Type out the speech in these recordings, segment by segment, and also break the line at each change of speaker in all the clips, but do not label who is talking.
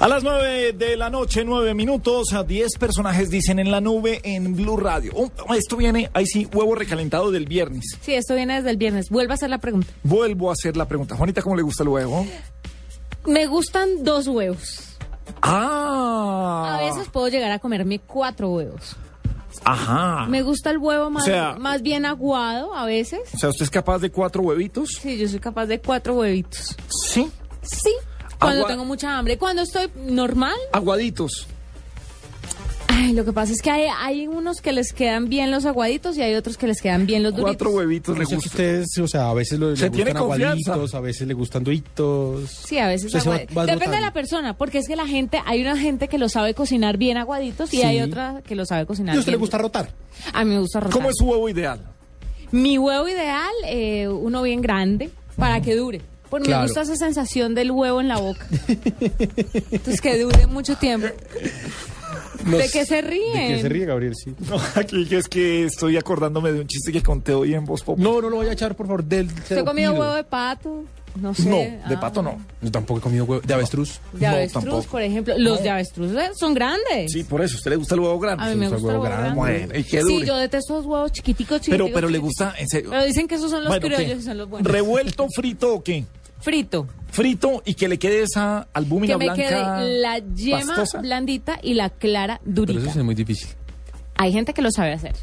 A las 9 de la noche, 9 minutos, a 10 personajes dicen en la nube en Blue Radio. Oh, esto viene, ahí sí, huevo recalentado del viernes.
Sí, esto viene desde el viernes. Vuelvo a hacer la pregunta.
Vuelvo a hacer la pregunta. Juanita, ¿cómo le gusta el huevo?
Me gustan dos huevos.
Ah.
A veces puedo llegar a comerme cuatro huevos.
Ah.
Ajá.
Me gusta el huevo más,
sea-
más bien aguado a veces.
O sea, ¿usted es capaz de cuatro huevitos?
Sí, yo soy capaz de cuatro huevitos.
Sí.
Sí. Cuando
Agua-
tengo mucha hambre. Cuando estoy normal,
Aguaditos.
ay, lo que pasa es que hay, hay unos que les quedan bien los aguaditos y hay otros que les quedan bien los duritos.
Cuatro huevitos le
Yo sé que
gusta.
ustedes, o sea, a veces lo, le
Se tiene
gustan
confianza.
aguaditos, a veces le gustan duritos.
Sí, a veces
Usted se va-
aguadi-
va
Depende de
rotando.
la persona, porque es que la gente, hay una gente que lo sabe cocinar bien aguaditos y
Sí.
hay otra que lo sabe cocinar
¿Y a usted le
bien
gusta rotar?
duro. A mí me gusta rotar.
¿Cómo es su huevo ideal?
Mi huevo ideal, eh, uno bien grande, para que dure. Porque me
Claro.
gusta esa sensación del huevo en la boca. Entonces, que dure mucho tiempo. ¿De qué se
¿De
ríen?
qué se ríe, Gabriel? Sí.
No, aquí es que estoy acordándome de un chiste que conté hoy en Voz Pop.
No, no lo vaya a echar, por favor, del...
¿Usted ha comido huevo de pato? No sé.
No, de
ah,
pato no.
Yo tampoco he comido huevo. ¿De avestruz?
De
No,
avestruz,
tampoco.
por ejemplo. Los de avestruz eh, son grandes.
Sí, por eso. ¿A usted le gusta el huevo grande?
A mí me
gusta
gusta el
el
huevo
huevo
grande.
grande.
Bueno, y que
sí,
dure.
yo detesto los huevos chiquiticos, chiquiticos.
Pero, pero le
chiquiticos.
gusta, en serio.
Pero dicen que esos son los
Bueno,
criollos,
¿qué?
son los buenos.
¿Revuelto, frito o qué?
Frito.
Frito y que le quede esa albúmina
Que me
blanca.
quede la yema
pastosa.
blandita y la clara
Pero eso
durita.
sí es muy difícil.
Hay gente que lo sabe hacer.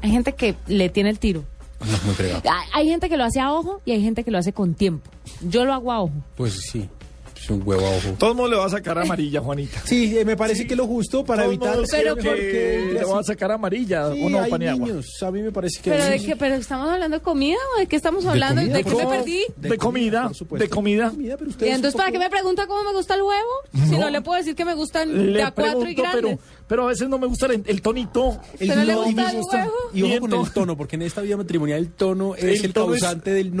Hay gente que le tiene el tiro.
No, muy fregado.
Hay- Hay gente que lo hace a ojo y hay gente que lo hace con tiempo. Yo lo hago a ojo.
Pues sí, es un huevo a ojo.
Todo el mundo le va a sacar amarilla, Juanita.
Sí, eh, me parece que lo justo para
Todo el
evitar...
mundo
Pero
cree
porque
que le va a sacar amarilla
Sí,
o no,
hay
Paniagua.
niños. A mí me parece que...
Pero
sí.
de qué, pero estamos hablando de comida o de qué estamos hablando? ¿De,
comida,
qué
por
me
Co-
favor.
perdí?
De, comida,
por supuesto.
de comida.
Comida, pero
Y
ustedes
entonces,
un
¿para qué
poco-
me pregunta cómo me gusta el huevo? Si no le puedo decir que me gustan de
Le
a cuatro y
pregunto,
grandes.
pero, pero a veces no me gusta el, el tonito.
¿Pero le
tono-
gusta el huevo?
Y
Y
ojo con
entonces-
el tono, porque en esta vida matrimonial el tono es
El
el,
tono es-
causante del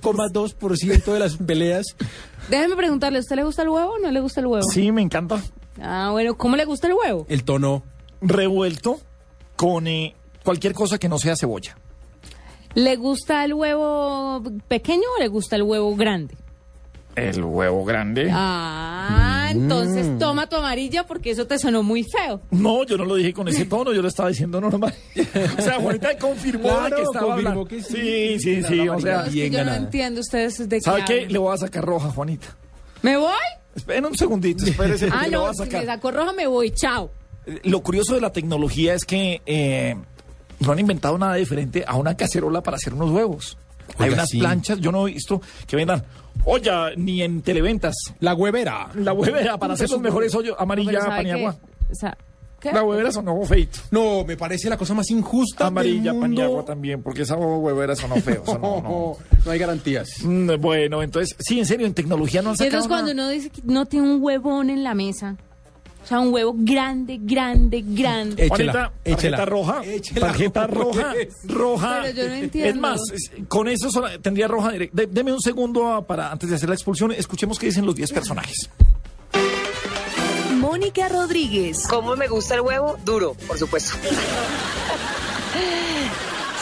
93,2% de las peleas.
Déjeme preguntarle, ¿a usted le gusta el huevo o no le gusta el huevo?
Sí, me encanta.
Ah, bueno, ¿cómo le gusta el huevo?
El tono.
Revuelto con eh, cualquier cosa que no sea cebolla.
¿Le gusta el huevo pequeño o le gusta el huevo grande?
El huevo grande.
Ah, entonces toma tu amarilla porque eso te sonó muy feo.
No, yo no lo dije con ese tono, yo lo estaba diciendo normal. o sea, Juanita confirmó de
Claro,
que estaba
confirmó
hablando.
que
Sí,
sí.
sí,
La
sí, o
amarilla.
sea,
No, es que
bien
yo
ganada.
no entiendo ustedes de qué.
¿sabe qué?
hablan.
Le voy a sacar roja, Juanita.
¿Me voy?
Espera un segundito, espérese.
Ah,
que le voy
no,
a
si
sacar.
me saco roja me voy, chao.
Lo curioso de la tecnología es que eh, no han inventado nada diferente a una cacerola para hacer unos huevos. Hay
Oiga,
unas
sí.
planchas, yo no he visto que vendan olla ni en televentas.
La huevera.
La huevera para hacer los mejores hoyos amarilla,
Pero ¿sabe
paniagua.
qué? O sea, ¿qué?
La huevera sonó feito.
No, me parece la cosa más injusta.
Amarilla,
del mundo.
paniagua también, porque esa huevera sonó feo. o sea, no, no.
No, no hay garantías.
Mm, Bueno, entonces, sí, en serio, en tecnología no han sacado
Entonces cuando
nada.
uno dice que no tiene un huevón en la mesa, o sea, un huevo grande, grande, grande.
Eh,
Juanita,
Échela,
tarjeta
échela.
roja,
Échela.
tarjeta roja,
¿Qué es?
roja.
Pero yo no entiendo.
Es más, es- con eso sola- tendría roja directa. De- deme un segundo ah, para antes de hacer la expulsión, escuchemos qué dicen los 10 personajes.
Mónica Rodríguez,
¿Cómo me gusta el huevo? Duro, por supuesto.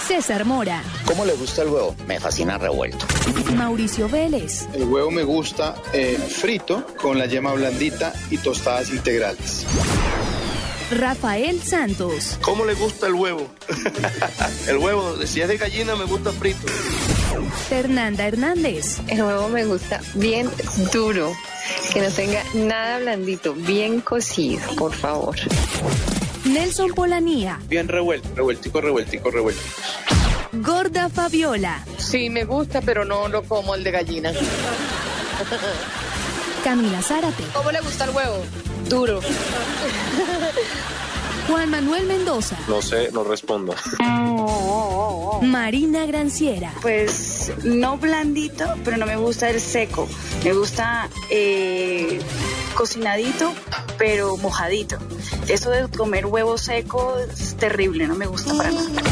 César Mora,
¿Cómo le gusta el huevo? Me fascina revuelto.
Mauricio Vélez,
El huevo me gusta eh, frito con la yema blandita y tostadas integrales.
Rafael Santos,
¿Cómo le gusta el huevo? el huevo, si es de gallina, me gusta frito.
Fernanda Hernández,
El huevo me gusta bien duro, que no tenga nada blandito, bien cocido, por favor.
Nelson Polanía,
Bien revuelto, revueltico, revueltico, revuelto.
Gorda Fabiola,
Sí, me gusta, pero no lo como el de gallina.
Camila Zárate,
¿Cómo le gusta el huevo? Duro.
Juan Manuel Mendoza,
No sé, no respondo.
Marina Granciera,
Pues no blandito, pero no me gusta el seco. Me gusta eh, cocinadito, pero mojadito. Eso de comer huevo seco es terrible, no me gusta para nada.